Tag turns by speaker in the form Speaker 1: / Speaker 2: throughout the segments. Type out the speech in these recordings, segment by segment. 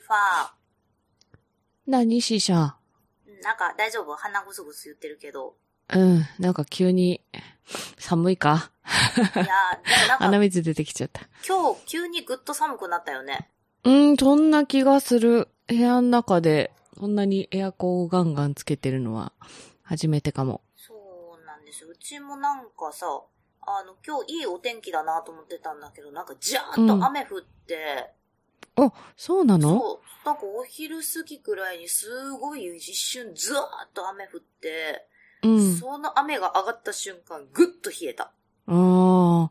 Speaker 1: フ
Speaker 2: 何シーシャ
Speaker 1: ァー。なんか大丈夫鼻ぐすぐす言ってるけ ど。
Speaker 2: うん、なんか急に、寒いか
Speaker 1: いやー、でもな
Speaker 2: 鼻
Speaker 1: んか
Speaker 2: 水出てきちゃった。
Speaker 1: 今日急にぐっと寒くなったよね。
Speaker 2: うん、そんな気がする。部屋の中で、こんなにエアコンをガンガンつけてるのは、初めてかも。
Speaker 1: そうなんですよ。うちもなんかさ、あの、今日いいお天気だなと思ってたんだけど、なんかジャーンと雨降って、
Speaker 2: そうなの
Speaker 1: そう、なんかお昼過ぎくらいにすごい一瞬ズワーッと雨降って、
Speaker 2: うん。
Speaker 1: その雨が上がった瞬間、ぐっと冷えた。
Speaker 2: ああ、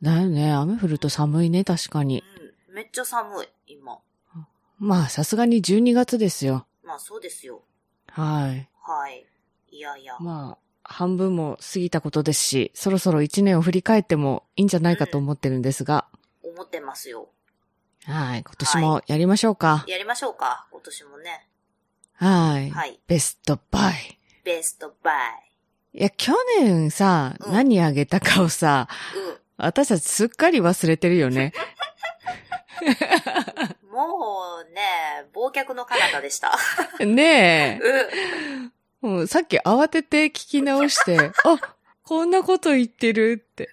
Speaker 2: だよね。雨降ると寒いね、確かに。
Speaker 1: うん、めっちゃ寒い、今。
Speaker 2: まあ、さすがに12月ですよ。
Speaker 1: まあそうですよ。
Speaker 2: はい。
Speaker 1: はい。いやいや。
Speaker 2: まあ、半分も過ぎたことですし、そろそろ1年を振り返ってもいいんじゃないかと思ってるんですが、
Speaker 1: 思ってますよ。
Speaker 2: はい。今年もやりましょうか。
Speaker 1: やりましょうか、今年もね。
Speaker 2: はい。
Speaker 1: はい。
Speaker 2: ベストバイ。
Speaker 1: ベストバ
Speaker 2: いや、去年さ、
Speaker 1: うん
Speaker 2: 何あげたかをさ、
Speaker 1: イ。う
Speaker 2: 私たちすっかり忘れてる よね。
Speaker 1: ん。もうね、忘却の彼方で した。
Speaker 2: ね
Speaker 1: う
Speaker 2: え。もうさっき慌てて聞き直 して、あ、こんなこと言ってるって。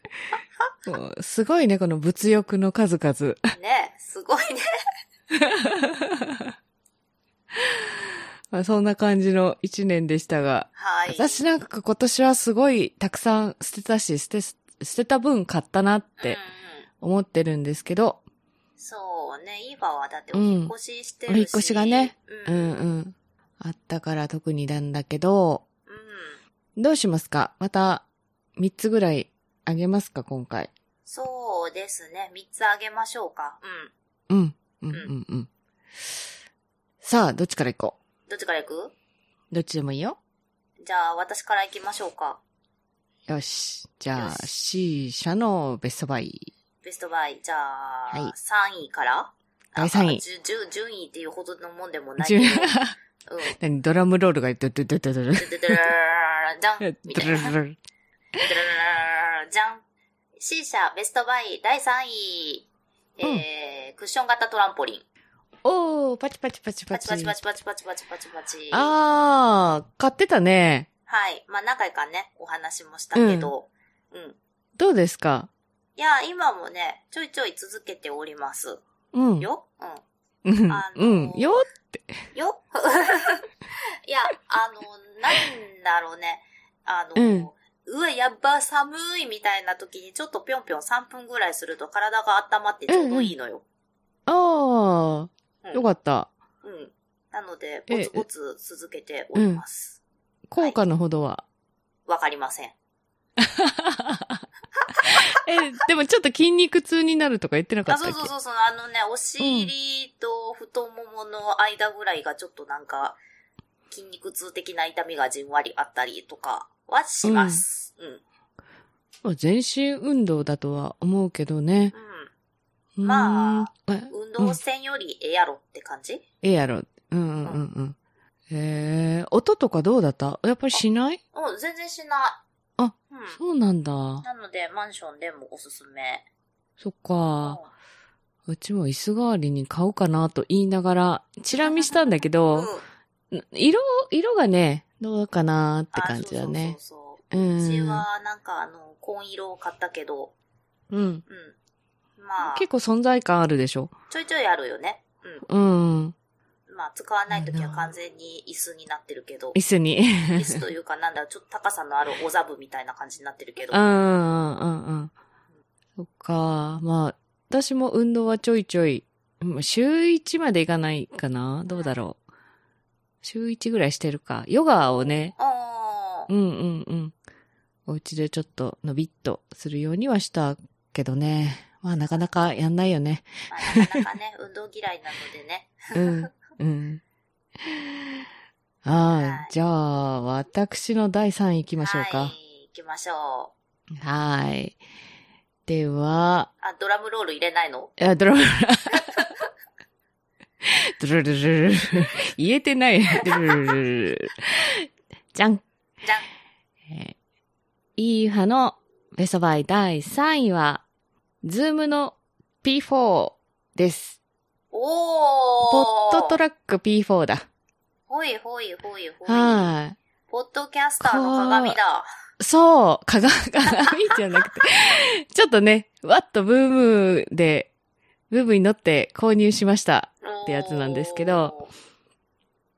Speaker 2: もうすごいね、この物欲の数々。
Speaker 1: ん。ね、すごいね。
Speaker 2: まあ、そんな感じの一年でしたが、
Speaker 1: はい。
Speaker 2: 私なんか今年はすごいたくさん捨てたし、捨て、捨てた分買ったなっ
Speaker 1: うんうん
Speaker 2: て。思ってるんですけど、
Speaker 1: そうね、イーバはだってお引っ越ししてるし。
Speaker 2: うんお引っ越しがね。
Speaker 1: う。う
Speaker 2: うん
Speaker 1: んん。
Speaker 2: うん。あったから特になんだけど、どうしますかまた3つぐらいあげますか今回。
Speaker 1: そうですね、三つあげましょうか。うん。
Speaker 2: うん。うんうんうん。さあ、どっちから行こ
Speaker 1: どっちから行く
Speaker 2: うどっちでもいいよ。
Speaker 1: じゃあ、私から行きましょうか。
Speaker 2: よし。じゃ
Speaker 1: よ
Speaker 2: あ、
Speaker 1: し
Speaker 2: C 社のベストバイ。
Speaker 1: ベストバイ、じゃあ、
Speaker 2: はい
Speaker 1: 3位から
Speaker 2: 第三位
Speaker 1: あじゅじゅ順位っていうほどのもんでもないけど。
Speaker 2: 10
Speaker 1: うん。
Speaker 2: 何ドラムロールがドゥドゥドゥドゥドゥ
Speaker 1: ドゥドゥドゥじゃん
Speaker 2: ドゥ
Speaker 1: み
Speaker 2: ド
Speaker 1: たいな。ドゥドゥ
Speaker 2: ゥドゥ
Speaker 1: じゃん C 社ベストバイ第3位。えー、クッション型トランポリン。
Speaker 2: おー、パチパチパチ
Speaker 1: パ
Speaker 2: パ
Speaker 1: チ
Speaker 2: チ。
Speaker 1: パチパチパチパチパチパチパチ。
Speaker 2: あー、買ってたね。
Speaker 1: はい。まあ、何回かね、お話もしたけど。うん。
Speaker 2: どうですか
Speaker 1: いや、今もね、ちょいちょい続けております。
Speaker 2: うん。
Speaker 1: ようん。
Speaker 2: うん
Speaker 1: あ。の
Speaker 2: う
Speaker 1: ー
Speaker 2: ん。よ
Speaker 1: よ いや、あの、なんだろうね。あの、
Speaker 2: うん
Speaker 1: うわ、やっば寒いみたいな時にちょっとぴょんぴょん3分ぐらいすると体が温まってちょうどいいのよ。
Speaker 2: あ
Speaker 1: うん
Speaker 2: ー、よかった。
Speaker 1: うん。なので、
Speaker 2: え
Speaker 1: ぼつぼつ続けております。
Speaker 2: 効果のほどは。
Speaker 1: わ、かりません。
Speaker 2: え、でもちょっと筋肉痛になるとか言ってなか
Speaker 1: あ、
Speaker 2: ったっ
Speaker 1: そ
Speaker 2: け
Speaker 1: うそうそうそう、あのね、お尻と太ももの間ぐらいがちょっとなんか、筋肉痛的な痛みがじんわりあったりとかはします。うん。うん。
Speaker 2: まあ全身運動だとは思うけどね。うーん
Speaker 1: まあ、
Speaker 2: え
Speaker 1: 運動せんよりええやろって感じ、
Speaker 2: ええやろ。うんうんうんうん。へえ、音とかどうだったやっぱりしない
Speaker 1: うん、全然しない。
Speaker 2: あ、
Speaker 1: うん。
Speaker 2: そうなんだ。
Speaker 1: なので、マンションでもおすすめ。
Speaker 2: そっか。うちも椅子代わりに買おうかなと言いながら、チラ見したんだけ
Speaker 1: う
Speaker 2: ど
Speaker 1: ん。、
Speaker 2: 色、色がね、どうかなって
Speaker 1: あ
Speaker 2: 感じだね。
Speaker 1: そう
Speaker 2: う
Speaker 1: そうそうそう。うち
Speaker 2: ん。
Speaker 1: は、なんかあの、紺色を買ったけど、
Speaker 2: うん。
Speaker 1: うん。まあ、
Speaker 2: 結構存在感あるでしょ。
Speaker 1: ちょいちょいあるよね。う
Speaker 2: うん。
Speaker 1: ん。まあ、使わないときは完全に椅子になってるけど
Speaker 2: 椅、子に。
Speaker 1: 椅子というか、なんだろう、ちょっと高さのあるおざぶみたいな感じになってるけど。
Speaker 2: うんうんうんうん。そっか。まあ、私も運動はちょいちょい、うん週1までいかないかなどうだろう。週1ぐらいしてるか。ヨガをね、
Speaker 1: あー
Speaker 2: うんうんうん。お家でちょっとのびっとするようにはしたけどね。まあなかなかやんないよね。
Speaker 1: まあ、なかなかね、運動嫌いなのでね。
Speaker 2: うん。うん。は。
Speaker 1: はい
Speaker 2: じゃあ、私の第3位行きましょう
Speaker 1: は
Speaker 2: か。
Speaker 1: い、行きましょう。
Speaker 2: はい。では、
Speaker 1: あ、ドラムロール入れないの
Speaker 2: あ、ドラム、ドゥルルルルル言えてない。ドゥルルルルルじゃん。
Speaker 1: じゃん。
Speaker 2: えー、イーファのベストバイ第3位は、ズームの P4 です。
Speaker 1: おー
Speaker 2: ポットトラック P4 だ。
Speaker 1: ほいほいほいほい。
Speaker 2: は
Speaker 1: ポッドキャスターの鏡だ。
Speaker 2: い。そう、かが、鏡じゃなくて。ちょっとね、わっとブームで、ブームに乗って購入しました。てやつなんですけど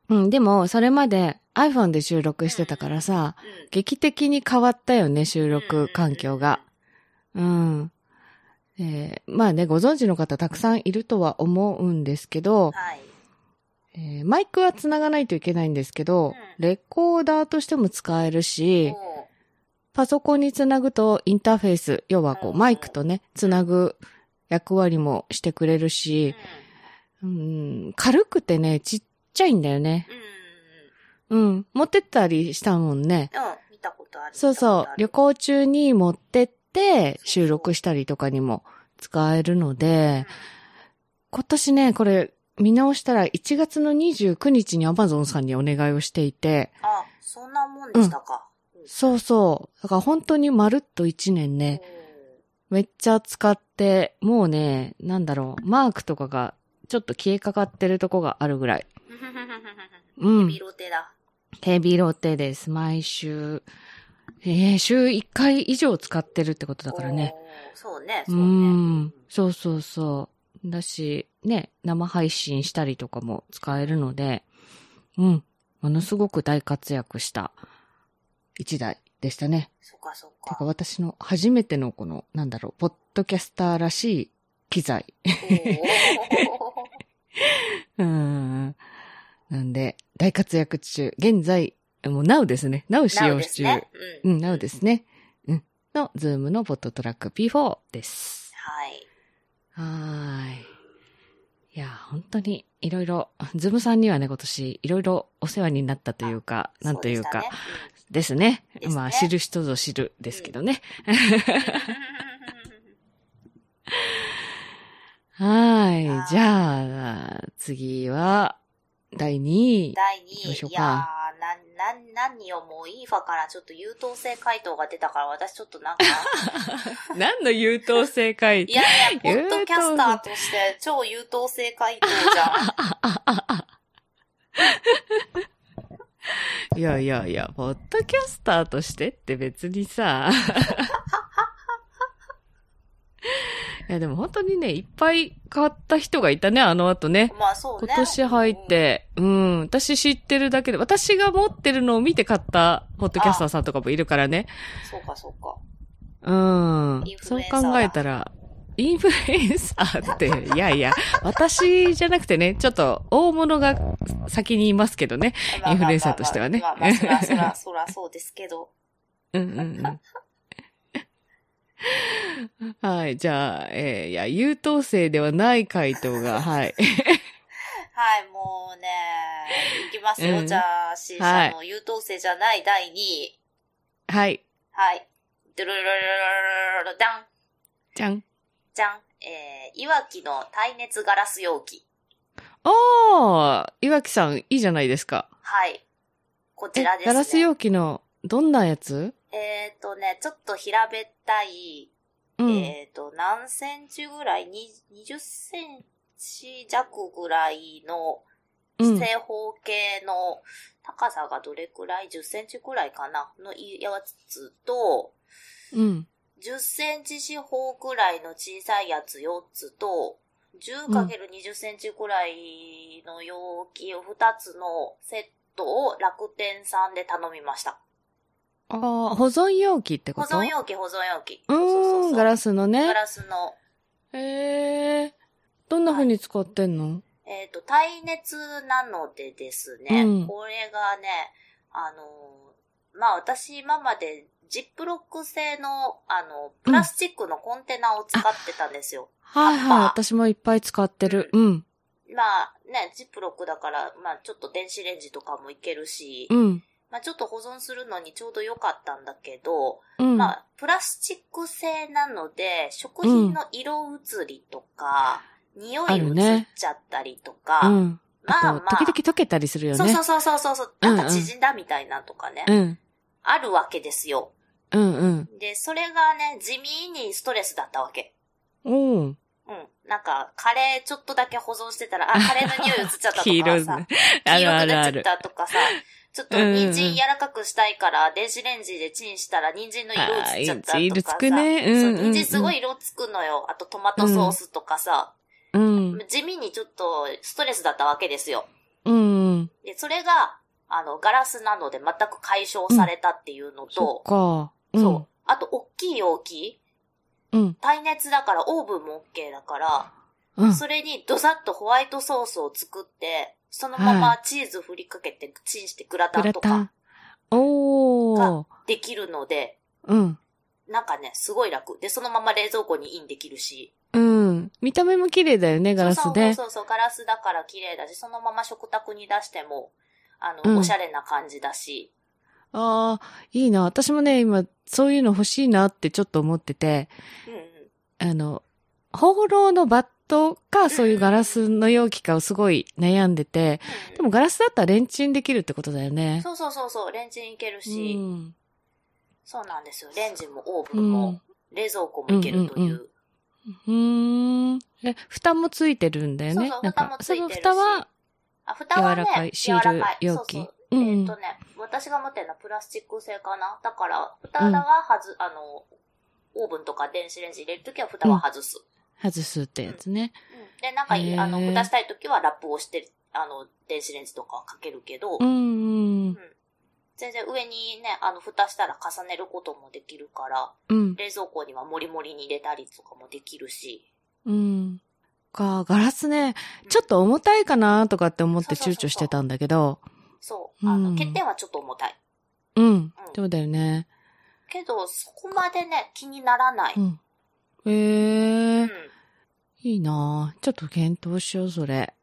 Speaker 2: うん、でも、それまで iPhone で収録してたからさ、
Speaker 1: おー、うん
Speaker 2: 劇的に変わったよね、収録環境が。うん。えーまあね、ご存知の方たくさんいるとは思うんですけど、
Speaker 1: はい。
Speaker 2: えーマイクは繋がないといけないんですけ
Speaker 1: う
Speaker 2: ど、
Speaker 1: ん
Speaker 2: レコーダーとしても使えるし、
Speaker 1: おー
Speaker 2: パソコンにつなぐとインターフェース、要はこ
Speaker 1: う
Speaker 2: うんマイクとね、つなぐ役割もしてくれるし、うん、軽くてね、ちっちゃいんだよね。
Speaker 1: うん。
Speaker 2: うん、持ってったりしたもんね。
Speaker 1: うん。うん。見たことある。
Speaker 2: そうそ
Speaker 1: 見たことある
Speaker 2: う、旅行中に持ってって
Speaker 1: そう
Speaker 2: 収録したりとかにも使えるので、今年ね、これ見直したら1月の29日に Amazon さんにお願いをしていて、
Speaker 1: あ、そんなもんでしたか。うん
Speaker 2: そうそう、だから本当にまるっと1年ね、めっちゃ使って、もうね、なんだろう、マークとかがちょっと消えかかってるとこがあるぐらい。
Speaker 1: うん。
Speaker 2: う
Speaker 1: ビ
Speaker 2: ん。
Speaker 1: ロテだ。
Speaker 2: ヘビロテです。毎週。えー、週1回以上使ってるってことだからね。
Speaker 1: おー。そうね、
Speaker 2: う
Speaker 1: そうね。
Speaker 2: ん。そうそうそう。だし、ね、生配信したりとかも使えるので、うん。ものすごく大活躍した一台でしたね。
Speaker 1: そっかそってか。
Speaker 2: か私の初めてのこの、なんだろう、ポッドキャスターらしい機材
Speaker 1: おー
Speaker 2: うーんなんで、大活躍中。現在、もう Now ですね。Now 使
Speaker 1: なお
Speaker 2: 用
Speaker 1: で
Speaker 2: 中。
Speaker 1: すね。
Speaker 2: う
Speaker 1: うん。
Speaker 2: ん、Now ですね。うん。の、ズームのポットトラック P4 です。
Speaker 1: はい。
Speaker 2: はーい。いや、本当に、いろいろ、ズームさんにはね、今年、いろいろお世話になったというか、なんというか、ですね。
Speaker 1: ですね
Speaker 2: まあ、知る人ぞ知るですけどね。
Speaker 1: そうでしたね。
Speaker 2: は
Speaker 1: は
Speaker 2: ー
Speaker 1: い
Speaker 2: い。じゃあ、次は、第2
Speaker 1: うん
Speaker 2: 位。
Speaker 1: 第
Speaker 2: どうし
Speaker 1: 2位、
Speaker 2: よう
Speaker 1: い
Speaker 2: か
Speaker 1: やー、な、な、何よ、もうインファからちょっと優等生回答が出たから、私ちょっとなんか、
Speaker 2: 何の優等生会
Speaker 1: いやいや、ポッドキャスターとして超優等生回答じゃん。
Speaker 2: いやいやいや、ポッドキャスターとしてって別 にさ。いやでも本当にね、いっぱい変わった人がいたね、あの後ね。
Speaker 1: まあそうね。
Speaker 2: 今年入っ
Speaker 1: うん。
Speaker 2: て、うん、私知ってるだけで、私が持ってるのを見て買ったポッドキャスターさんとかもいるからね。
Speaker 1: そうかそうか。
Speaker 2: うん
Speaker 1: イン。フ
Speaker 2: そ
Speaker 1: ル
Speaker 2: う
Speaker 1: エンサーだ
Speaker 2: 考えたら、インフルエンサー って、いやいや、私じゃなくてね、ちょっと大物が先にいますけどね。インフルエンサーとしてはね
Speaker 1: まあまあまあまあまあそらそらそらそうですけど。
Speaker 2: うんうんうん。 はい、じゃあ、えーいや、優等生ではない回答が、はい。
Speaker 1: はい、もうね、いきますよ。
Speaker 2: うん
Speaker 1: じゃあ、C 社の優等生じゃない第2位。
Speaker 2: はい、
Speaker 1: はい。ドゥルルルルルルダン、
Speaker 2: じゃん。
Speaker 1: じゃん。えー、いわきの耐熱ガラス容器。
Speaker 2: おー岩木さん、いいじゃないですか。
Speaker 1: はい。こち
Speaker 2: え、
Speaker 1: らですね。
Speaker 2: ガラス容器の、どんなやつ
Speaker 1: えっ、ー、とね、ちょっと平べったい、
Speaker 2: うん。
Speaker 1: えっ、ー、と、何センチぐらいに ?20 センチ弱ぐらいの
Speaker 2: うん
Speaker 1: 正方形の高さがどれくらい ?10 センチくらいかなのやつと、
Speaker 2: うん。
Speaker 1: 10センチ四方くらいの小さいやつ4つと、10×20 センチくらいの容器を2つのセットを楽天さんで頼みました。
Speaker 2: ああ、保存容器って
Speaker 1: 保
Speaker 2: こと
Speaker 1: 存容器、保存容器。
Speaker 2: うーん
Speaker 1: そうそうそう
Speaker 2: ガラスのね
Speaker 1: ガ。ラスの
Speaker 2: へえ。どんな風に使ってんの、
Speaker 1: えっ、と、耐熱なのでですね、
Speaker 2: うん
Speaker 1: これがね、あのー、まあ私今までジップロック製の、あの、プラスチックのコンテナを使ってたんですよ。
Speaker 2: はい、はい
Speaker 1: あ
Speaker 2: 私もいっぱい使ってる。うん。
Speaker 1: まあね、ジップロックだから、まあちょっと電子レンジとかもいけるし、
Speaker 2: うん。
Speaker 1: まあちょっと保存するのにちょうど良かったんだけど、
Speaker 2: うん。
Speaker 1: まあプラスチック製なので、食品の色移りとか、匂い
Speaker 2: ある
Speaker 1: 移っ
Speaker 2: ね
Speaker 1: ちゃったりとか、
Speaker 2: うん。
Speaker 1: まあまあ
Speaker 2: あと、時々溶けたりするよね。
Speaker 1: そうそうそうそうそう、なんか縮んだみたいなとかね、
Speaker 2: うん。
Speaker 1: あるわけですよ。
Speaker 2: うんうん。
Speaker 1: で、それがね、地味にストレスだったわけ。
Speaker 2: おー
Speaker 1: うん。なんか、カレーちょっとだけ保存してたら、あ、カレーの匂い移っちゃ ったとかさ、
Speaker 2: 黄
Speaker 1: 黄
Speaker 2: 色
Speaker 1: 色
Speaker 2: いね。あるあ
Speaker 1: く
Speaker 2: る
Speaker 1: なっち
Speaker 2: あ
Speaker 1: ゃっ
Speaker 2: る。
Speaker 1: たとかさ、ちょっと人参柔らかくしたいから、電子レンジでチンしたら人参の色移っちゃった
Speaker 2: あー色
Speaker 1: と
Speaker 2: つ
Speaker 1: かさ。
Speaker 2: くねうん
Speaker 1: そう
Speaker 2: うんうん
Speaker 1: 人参すごい色つくのよ。あとトマトソースとかさ、
Speaker 2: うん。
Speaker 1: 地味にちょっとストレスだったわけですよ。
Speaker 2: うん。
Speaker 1: で、それが、あの、ガラスなので全く解消されたっていうの
Speaker 2: そ
Speaker 1: と
Speaker 2: っ、か。うん
Speaker 1: そう。あと、大きい容器
Speaker 2: うん。
Speaker 1: 耐熱だから、オーブンも OK だから、
Speaker 2: うん。
Speaker 1: それにドサッとホワイトソースを作って、そのままチーズ振りかけて、チンしてグラタ
Speaker 2: グ
Speaker 1: ン
Speaker 2: ラ
Speaker 1: と
Speaker 2: タン
Speaker 1: か。
Speaker 2: おー。
Speaker 1: できるので、
Speaker 2: うん。
Speaker 1: なんかね、すごい楽。で、そのまま冷蔵庫にインできるし。
Speaker 2: うん。見た目も綺麗だよね、ガラスで。
Speaker 1: そうそうそうそう、ガラスだから綺麗だし、そのまま食卓に出しても、あの、
Speaker 2: うん
Speaker 1: おしゃれな感じだし。
Speaker 2: ああ、いいな。私もね、今、そういうの欲しいなってちょっと思ってて、
Speaker 1: うんうん。
Speaker 2: あの、ホーローのバットか、そういうガラスの容器かをすごい悩んでて、でもガラスだったらレンチンできるってことだよね。
Speaker 1: そうそうそうそう、レンチンいけるし、
Speaker 2: うん。
Speaker 1: そうなんですよ。レンジもオーブ
Speaker 2: う
Speaker 1: ンも、
Speaker 2: ん。
Speaker 1: 冷蔵庫もいけるという。
Speaker 2: うんうんううーん。え、蓋もついてるんだよね。
Speaker 1: そうそう
Speaker 2: なんか
Speaker 1: 蓋もついてるし
Speaker 2: その蓋は、
Speaker 1: あ、蓋はね、
Speaker 2: 柔らかいシ
Speaker 1: 柔
Speaker 2: ー
Speaker 1: ら
Speaker 2: ル
Speaker 1: かい。
Speaker 2: 容器
Speaker 1: そう
Speaker 2: う
Speaker 1: そう。
Speaker 2: んうん
Speaker 1: えっ、とね、私が持ってるのはプラスチック製かな。だから、蓋ははず、あの、オーブンとか電子レンジ入れるときは蓋は外す。
Speaker 2: 外すってやつね。
Speaker 1: うんで、なんか、
Speaker 2: へー
Speaker 1: あの、蓋したいときはラップをして、あの、電子レンジとかはかけるけど、
Speaker 2: うん。うん。
Speaker 1: 全然上にね、あの、蓋したら重ねることもできるから、
Speaker 2: うん。
Speaker 1: 冷蔵庫にはもりもりに入れたりとかもできるし。
Speaker 2: うん。か、ガラスね、ちょっと重たいかなとかって思っ
Speaker 1: そう
Speaker 2: て躊
Speaker 1: そうそうそう
Speaker 2: 躇してたんだけど、
Speaker 1: そう。あの、
Speaker 2: うん
Speaker 1: 欠点はちょっと重たい。
Speaker 2: うん
Speaker 1: う。ん
Speaker 2: そうだよね。
Speaker 1: けど、そこまでね、気にならない。
Speaker 2: うん。え
Speaker 1: うん。うん。
Speaker 2: えいいなぁちょっと検討しよう、それ。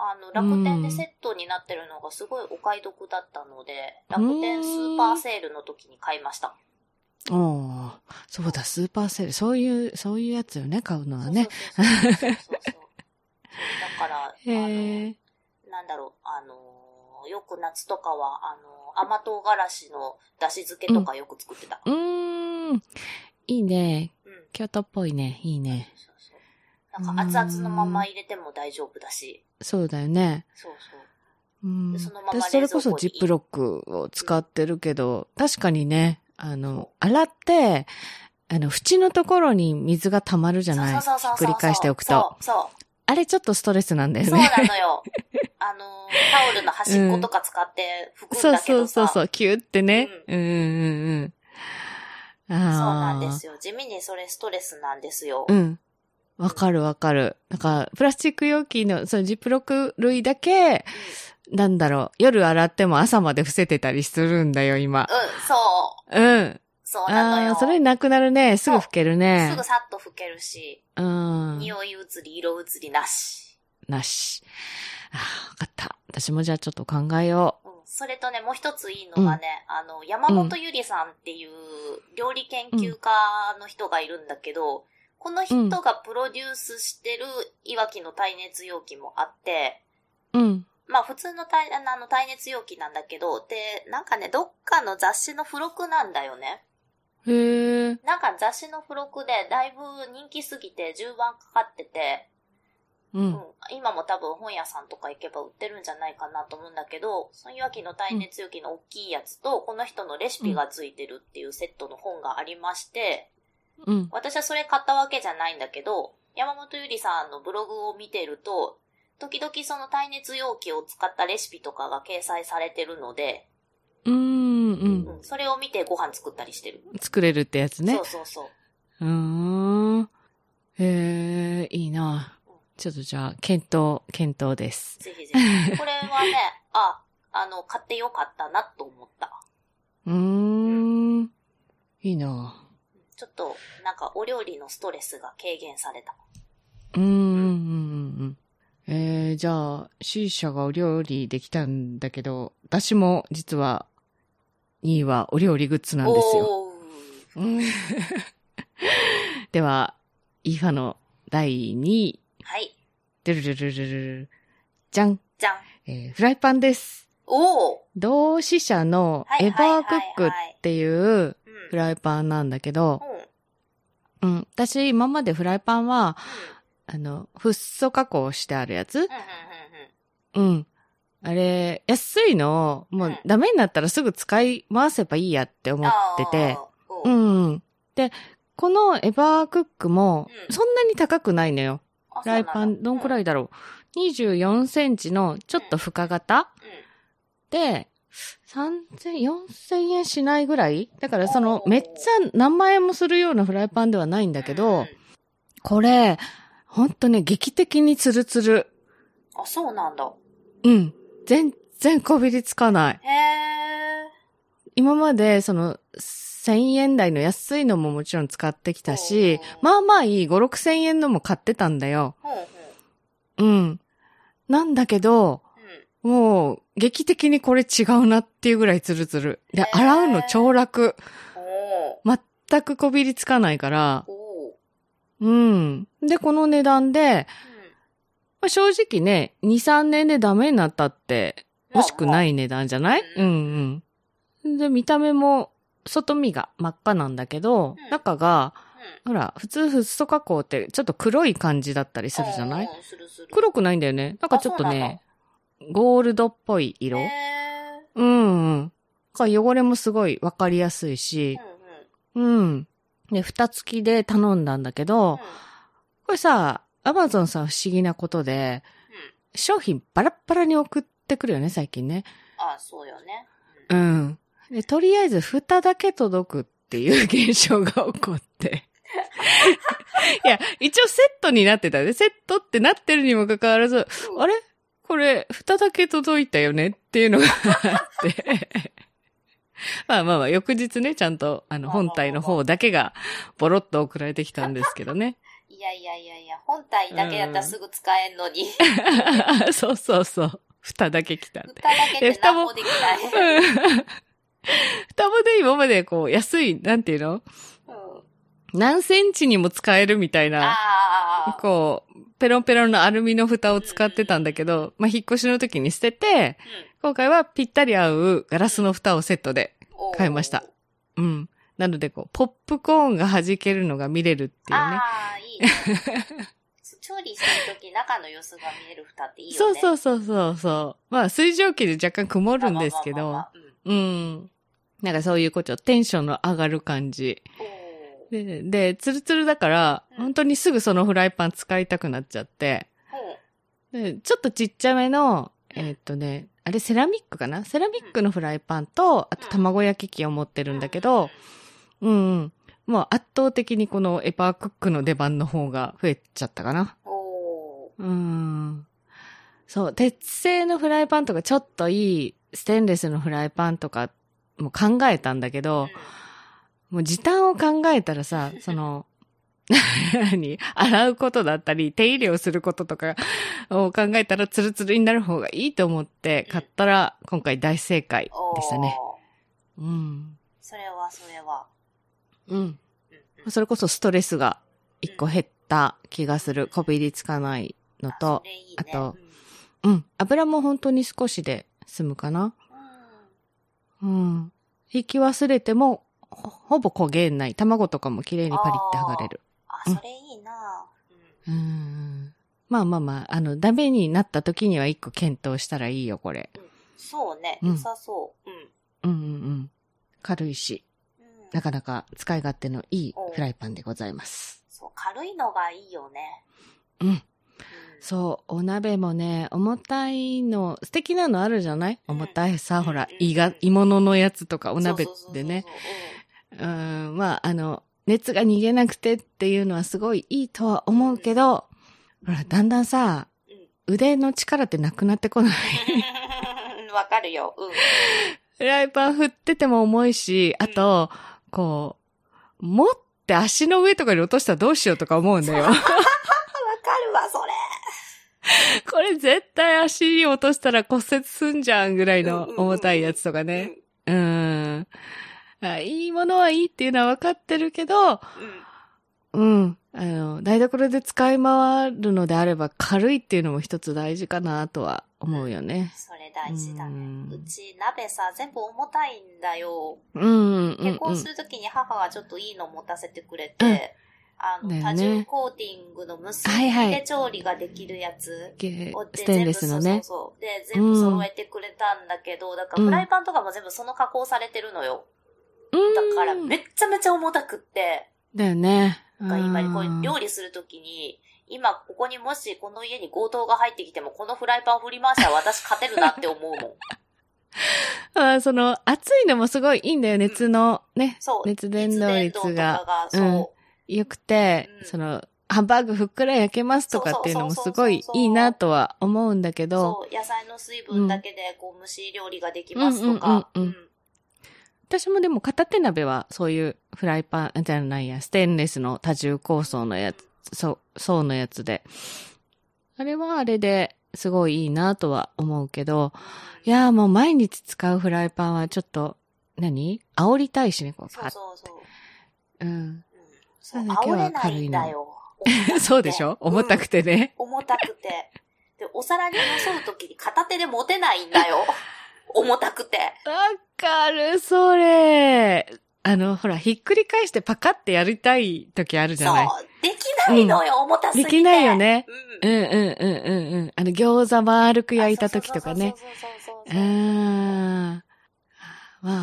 Speaker 1: あの、楽天でセットになってるのがすごいお買い得だったので、楽天スーパーセールの時に買いました。
Speaker 2: おーそうだ、スーパーセール。そういう、そういうやつよね、買うのはね。
Speaker 1: そうそうそうそうそう そう。だから、あ
Speaker 2: へえ
Speaker 1: の、なんだろう、あのー、よく夏とかは、あのー、甘唐辛子のだし漬けとかよく作ってた。
Speaker 2: うーん。いいね。
Speaker 1: うん。
Speaker 2: 京都っぽいね。いいね。
Speaker 1: そうそう。なんか熱々のまま入れても大丈夫だし。
Speaker 2: そうだよね。
Speaker 1: そうそう。
Speaker 2: うん。
Speaker 1: でそのまま
Speaker 2: 私、それこそ
Speaker 1: 冷蔵庫
Speaker 2: ジ
Speaker 1: に
Speaker 2: ップロックを使ってるけど、確かにね、あの、洗って、あの、縁のところに水が溜まるじゃない
Speaker 1: そうそうそうそうそう
Speaker 2: ひっくり返しておくと。。
Speaker 1: そうそう。
Speaker 2: あれちょっとストレスなんだよ
Speaker 1: そう
Speaker 2: ね。
Speaker 1: なの よ。あのー、タオルの端っことか使って拭くん
Speaker 2: そう
Speaker 1: だけ
Speaker 2: そう
Speaker 1: ど
Speaker 2: そう
Speaker 1: さ。
Speaker 2: そう、キューってね。うんうんうん。あ
Speaker 1: そ
Speaker 2: あ。
Speaker 1: うなんですよ。地味にそれストレスなんですよ。
Speaker 2: うん。わかるわかる。なんか、プラスチック容器の、そのジップロック類だけ、なんだろう、夜洗っても朝まで伏せてたりするんだよ、今
Speaker 1: う。ん、そう。
Speaker 2: うん。
Speaker 1: そうなの
Speaker 2: あ
Speaker 1: よ。
Speaker 2: あ、それなくなるね。すぐ拭ける
Speaker 1: す
Speaker 2: ね
Speaker 1: ぐ。さっと拭けるし、
Speaker 2: うん。
Speaker 1: 匂い移り、色移りなし。
Speaker 2: なし。ああ、わかった。私もじゃあちょっと考えよ
Speaker 1: うん、それとね、もう一ついいのがね、あの、山本ゆりさんっていう料理研究家の人がいるんだけど、この人がプロデュースしてるいわきの耐熱容器もあって、
Speaker 2: う。うん。
Speaker 1: まあ普通の耐あの耐熱容器なんだけど、で、なんかね、どっかの雑誌の付録なんだよね。
Speaker 2: へえ。
Speaker 1: なんか雑誌の付録でだいぶ人気すぎて10番かかってて、
Speaker 2: う
Speaker 1: うん
Speaker 2: ん。、
Speaker 1: 今も多分本屋さんとか行けば売ってるんじゃないかなと思うんだけど、そのいわきの耐熱容器の大きいやつと、この人のレシピがついてるっていうセットの本がありまして、
Speaker 2: うん。
Speaker 1: 私はそれ買ったわけじゃないんだけど、山本ゆりさんのブログを見てると、時々その耐熱容器を使ったレシピとかが掲載されてるので、
Speaker 2: うん。うん。
Speaker 1: うん、それを見てご飯作ったりしてる。
Speaker 2: 作れるってやつね
Speaker 1: そう。そうそう。
Speaker 2: うーん。へえ、いいな。ちょっとじゃあ、検討、検討です。
Speaker 1: ぜひぜひ。これはね、 あ、あの、買ってよかったなと思った。
Speaker 2: うーん。いいな。
Speaker 1: ちょっと、なんかお料理のストレスが軽減された。
Speaker 2: うーんうんうんうん。えー、じゃあ、C 社がお料理できたんだけど、私も実は、2位はお料理グッズなんですよ。
Speaker 1: おー
Speaker 2: うんでは、イーファの第2位、
Speaker 1: はい。
Speaker 2: ドゥルルルルルルじゃん、
Speaker 1: じゃん。
Speaker 2: えーフライパンです。
Speaker 1: おお
Speaker 2: 同志社の
Speaker 1: はい
Speaker 2: エ
Speaker 1: はいは
Speaker 2: バ
Speaker 1: い
Speaker 2: ークックっていう
Speaker 1: うん。
Speaker 2: フライパンなんだけど、
Speaker 1: うん。うん。
Speaker 2: うん、私今までフライパンは、あの、フッ素加工してあるやつ
Speaker 1: うんうんうんうん。
Speaker 2: うん。あれ、安いの、も
Speaker 1: うん
Speaker 2: うダメになったらすぐ使い回せばいいやって思ってて。
Speaker 1: あー
Speaker 2: う
Speaker 1: うん。
Speaker 2: んうん。で、このエバークックも
Speaker 1: う、ん
Speaker 2: そんなに高くないのよ。
Speaker 1: あ
Speaker 2: フライパン、どんくら
Speaker 1: い、
Speaker 2: いだろう。24センチのちょっと深型
Speaker 1: うん
Speaker 2: で、3000、4000円しないぐらいだからその
Speaker 1: お、ー
Speaker 2: めっちゃ何万円もするようなフライパンではないんだけど、、これ、ほんとね、劇的にツルツル。
Speaker 1: あ、そうなんだ。
Speaker 2: うん。全然こびりつかない。
Speaker 1: へえ。
Speaker 2: 今まで、その、1000円台の安いのももちろん使ってきたし
Speaker 1: おー、
Speaker 2: まあまあいい5、6000円のも買ってたんだよ。
Speaker 1: ほうほう。
Speaker 2: うん。なんだけど、
Speaker 1: うん。
Speaker 2: もう、劇的にこれ違うなっていうぐらいツルツル。で
Speaker 1: へ、ー
Speaker 2: 洗うの超楽。
Speaker 1: お
Speaker 2: 全くこびりつかないから
Speaker 1: ー。。おー。
Speaker 2: うん。で、この値段で、まあ、正直ね、2、3年でダメになったって、惜しくないい値段じゃない、
Speaker 1: うん
Speaker 2: うんうん。で、見た目も、外見が真っ赤なんだけど、
Speaker 1: うん
Speaker 2: 中が、
Speaker 1: まあ
Speaker 2: ほら、普通フッ素加工ってちょっと黒い感じだったりするじゃな
Speaker 1: う
Speaker 2: い
Speaker 1: んうんするする。
Speaker 2: 黒くないんだよね。なんかちょっと
Speaker 1: あそうなん
Speaker 2: ね、ゴールドっぽい色。
Speaker 1: へ
Speaker 2: うんうん。なんか汚れもすごいわかりやすい
Speaker 1: ー
Speaker 2: し
Speaker 1: う、んうん
Speaker 2: うん。で、蓋付きで頼んだんだけ
Speaker 1: うん
Speaker 2: ど、これさ、アマゾンさん不思議なことで、
Speaker 1: うん
Speaker 2: 商品バラッバラに送ってくるよね、最近ね。
Speaker 1: あ、そうよね。う
Speaker 2: うんん。で、とりあえず蓋だけ届くっていう現象が起こ って。いや、一応セットになってたよね。セットってなってるにもかかわらず、あれこれ、蓋だけ届いたよねっていうのがあって。 まあまあまあ、翌日ね、ちゃんと、あの、
Speaker 1: まあまあま
Speaker 2: 本
Speaker 1: あ
Speaker 2: 体の方だけが、ボロッと送られてきたんですけどね。
Speaker 1: いやいやいやいや、本体だけだったらすぐ使えんのに、
Speaker 2: そうそうそう。蓋だけ 来たんで。
Speaker 1: 蓋だけって何もできない。
Speaker 2: うん蓋もね、今までこう、安い、なんていうの
Speaker 1: うん
Speaker 2: 何センチにも使えるみたいな、
Speaker 1: ああ。
Speaker 2: こう、ペロンペロンのアルミの蓋を使ってたんだけど、まあ、引っ越しの時に捨てて、今回はぴったり合うガラスの蓋をセットで。
Speaker 1: うん
Speaker 2: 買いました。うん。なので、こう、ポップコーンが弾けるのが見れるっていうね。
Speaker 1: ああ、いい ね。調理してるとき中の様子が見える蓋っていいよ
Speaker 2: そう
Speaker 1: ね。。
Speaker 2: そううそうそうそう。まあ、水蒸気で若干曇るんですけ
Speaker 1: まあま
Speaker 2: ど
Speaker 1: あ、まあまあ
Speaker 2: うん。なんかそういうこうちょっとテンションの上がる感じ。
Speaker 1: うん
Speaker 2: で、で、ツルツルだから、
Speaker 1: うん
Speaker 2: 本当にすぐそのフライパン使いたくなっちゃって、
Speaker 1: おー
Speaker 2: で、ちょっとちっちゃめの、
Speaker 1: うん
Speaker 2: えーっとね、あれセラミックかなセラミックのフライパンと、あと卵焼き器を持ってるんだけど、、うん、うん。もう圧倒的にこのエパークックの出番の方が増えちゃったかな。
Speaker 1: うんお
Speaker 2: うん。そう、鉄製のフライパンとか、ちょっといいステンレスのフライパンとかも考えたんだけ
Speaker 1: ー
Speaker 2: ど、もう時短を考えたら さ、その、何洗うことだったり、手入れをすることとかを考えたらツルツルになる方がいいと思って買ったら、今回大正解
Speaker 1: おー
Speaker 2: でしたね。うん。
Speaker 1: それはそれは。
Speaker 2: うん。
Speaker 1: うんうん
Speaker 2: それこそストレスが一個減った気がする。こびりつかないの
Speaker 1: そ、
Speaker 2: と
Speaker 1: れいいね
Speaker 2: あと
Speaker 1: うん
Speaker 2: うん。油も本当に少しで済むかな。うん。引き忘れても、ほほぼ焦げない。卵とかも綺麗にパリって剥がれる。
Speaker 1: あ、
Speaker 2: うん
Speaker 1: それいいなうん
Speaker 2: うん。まあまあまあ、あの、ダメになった時には一個検討したらいいよ、これ。
Speaker 1: そうね。
Speaker 2: うん
Speaker 1: 良さそう。うん。
Speaker 2: うんうんうん。軽いし、
Speaker 1: うん
Speaker 2: なかなか使い勝手のいいフライパンでございます。
Speaker 1: そう、軽いのがいいよね。
Speaker 2: うん。
Speaker 1: うん
Speaker 2: そう、お鍋もね、重たいの、素敵なのあるじゃない
Speaker 1: うん
Speaker 2: 重たいさ、ほら
Speaker 1: うん、
Speaker 2: 胃が、胃物のやつとか、お鍋
Speaker 1: そうそうそうそう
Speaker 2: でね。。
Speaker 1: う
Speaker 2: うん、まあ、あの、熱が逃げなくてっていうのはすごいいいとは思うけど、ほら、だんだんさ、
Speaker 1: んうん
Speaker 2: 腕の力ってなくなってこない。
Speaker 1: うん わかるよ。うん。
Speaker 2: フライパン振ってても重いし、あと、こう、持って足の上とかに落としたらどうしようとか思うんだよ。
Speaker 1: わかるわ、それ。
Speaker 2: これ絶対足に落としたら骨折すんじゃんぐらいの
Speaker 1: うんうんうんうん
Speaker 2: 重たいやつとかね。うーん。あいいものはいいっていうのは分かってるけど、
Speaker 1: うん。うん。
Speaker 2: うん。あの、台所で使い回るのであれば軽いっていうのも一つ大事かなとは思うよね。
Speaker 1: それ大事だ
Speaker 2: うん
Speaker 1: ね。うち、鍋さ、全部重たいんだよ。
Speaker 2: うん、うん、うん。
Speaker 1: 結婚するときに母がちょっといいの持たせてくれて、あの、
Speaker 2: だよね
Speaker 1: 多重コーティングの結
Speaker 2: はいは
Speaker 1: びで
Speaker 2: い
Speaker 1: 調理ができるやつ
Speaker 2: げ
Speaker 1: をで
Speaker 2: ステンレスのね。
Speaker 1: そうそうそう。で、全部揃えてくれたんだけど、だからフライパンとかも全部その加工されてるのよ。だから
Speaker 2: うん
Speaker 1: めっちゃめちゃ重たくって。
Speaker 2: だよね。
Speaker 1: なんか今こ
Speaker 2: うん
Speaker 1: う料理するときに、今ここにもしこの家に強盗が入ってきても、このフライパン振り回したら私勝てるなって思うもん。
Speaker 2: あーその、熱いのもすごいいいんだよ。熱の、ね。
Speaker 1: そう。
Speaker 2: 熱伝導率が
Speaker 1: 熱伝導とかが、そう。
Speaker 2: 良くて、
Speaker 1: うん
Speaker 2: その、ハンバーグふっくら焼けますとかっていうのもすごいいいなとは思うんだけど、
Speaker 1: そう、野菜の水分だけで、こう、蒸し料理ができますとか。
Speaker 2: うんうんうん私もでも片手鍋はそういうフライパンじゃないや、ステンレスの多重構想のやつ、そう、層のやつで。あれはあれですごいいいなとは思うけど、いやーもう毎日使うフライパンはちょっと、何煽りたいしね、こう、
Speaker 1: そうそうそう。
Speaker 2: パッうん。
Speaker 1: うんそう、
Speaker 2: なんだ今
Speaker 1: 煽れ
Speaker 2: 日は
Speaker 1: な
Speaker 2: 軽
Speaker 1: い
Speaker 2: い
Speaker 1: ん
Speaker 2: な
Speaker 1: だよ。重たくて
Speaker 2: そうでしょ重たくてね。
Speaker 1: うん重たくて。で、お皿によそうときに片手で持てないんだよ。重たくて。
Speaker 2: わかる、それ。あの、ほら、ひっくり返してパカってやりたい時あるじ
Speaker 1: そ
Speaker 2: ゃ
Speaker 1: う
Speaker 2: ない。。
Speaker 1: できないのよ、重たすぎ
Speaker 2: で
Speaker 1: て。
Speaker 2: きないよ。ね。
Speaker 1: うん
Speaker 2: うん。うんうんうんうん。あの、餃子丸く焼いた時とかね。
Speaker 1: そうそうそう
Speaker 2: う
Speaker 1: そうそうそう。
Speaker 2: ーん。ま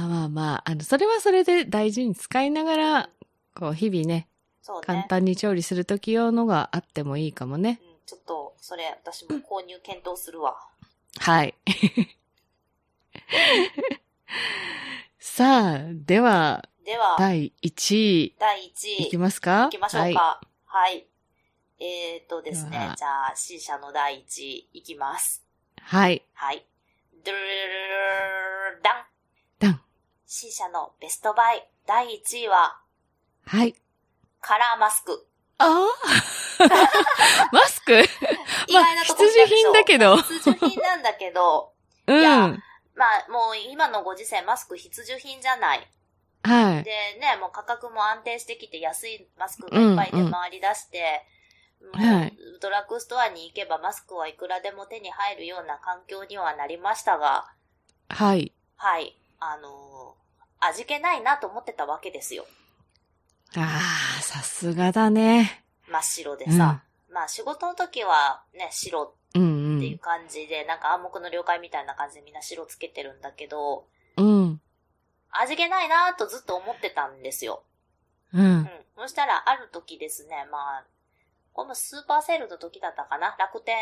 Speaker 2: あまあまあ、あの、それはそれで大事に使いながら、こう、日々ね、
Speaker 1: そうね。
Speaker 2: 簡単に調理する時用のがあってもいいかもね。
Speaker 1: うん、ちょっと、それ、私も購入検討するわ。
Speaker 2: はい。さあ、では、
Speaker 1: では、
Speaker 2: 第1位、
Speaker 1: 第1位、
Speaker 2: いき
Speaker 1: い
Speaker 2: ますか
Speaker 1: きましょう
Speaker 2: は
Speaker 1: か。はい。えー、っとです
Speaker 2: で
Speaker 1: ね
Speaker 2: は、
Speaker 1: じゃあ、C 社の第1位、いきます。
Speaker 2: い。はい。
Speaker 1: はい。ドゥルルルルルダン。
Speaker 2: ダン。
Speaker 1: C 社のベストバイ、第1位は、
Speaker 2: はい。
Speaker 1: カラーマスク。
Speaker 2: ああ マスク
Speaker 1: 意
Speaker 2: まあ
Speaker 1: 外なとこ来たでしょ
Speaker 2: 必需品だけど
Speaker 1: 必需品なんだけど、
Speaker 2: う
Speaker 1: や
Speaker 2: ん。
Speaker 1: まあ、もう今のご時世、マスク必需品じゃない。
Speaker 2: はい。
Speaker 1: でね、もう価格も安定してきて安いマスクがいっぱいで回り出して、
Speaker 2: うん
Speaker 1: もう
Speaker 2: はい
Speaker 1: ドラッグストアに行けばマスクはいくらでも手に入るような環境にはなりましたが、
Speaker 2: はい。
Speaker 1: はい、あのー味気ないなと思ってたわけですよ。
Speaker 2: ああ、さすがだね。
Speaker 1: 真っ白でさ。まあ仕事の時はね、白
Speaker 2: うん。
Speaker 1: っ
Speaker 2: う
Speaker 1: ていうん感じで、なんか暗黙の了解みたいな感じでみんな白つけてるんだけど、
Speaker 2: うん。うん。
Speaker 1: 味気ないなとずっと思ってたんですよ。
Speaker 2: う
Speaker 1: うん
Speaker 2: ん。。
Speaker 1: そしたら、ある時ですね、まあ、このスーパーセールの時だったかな楽天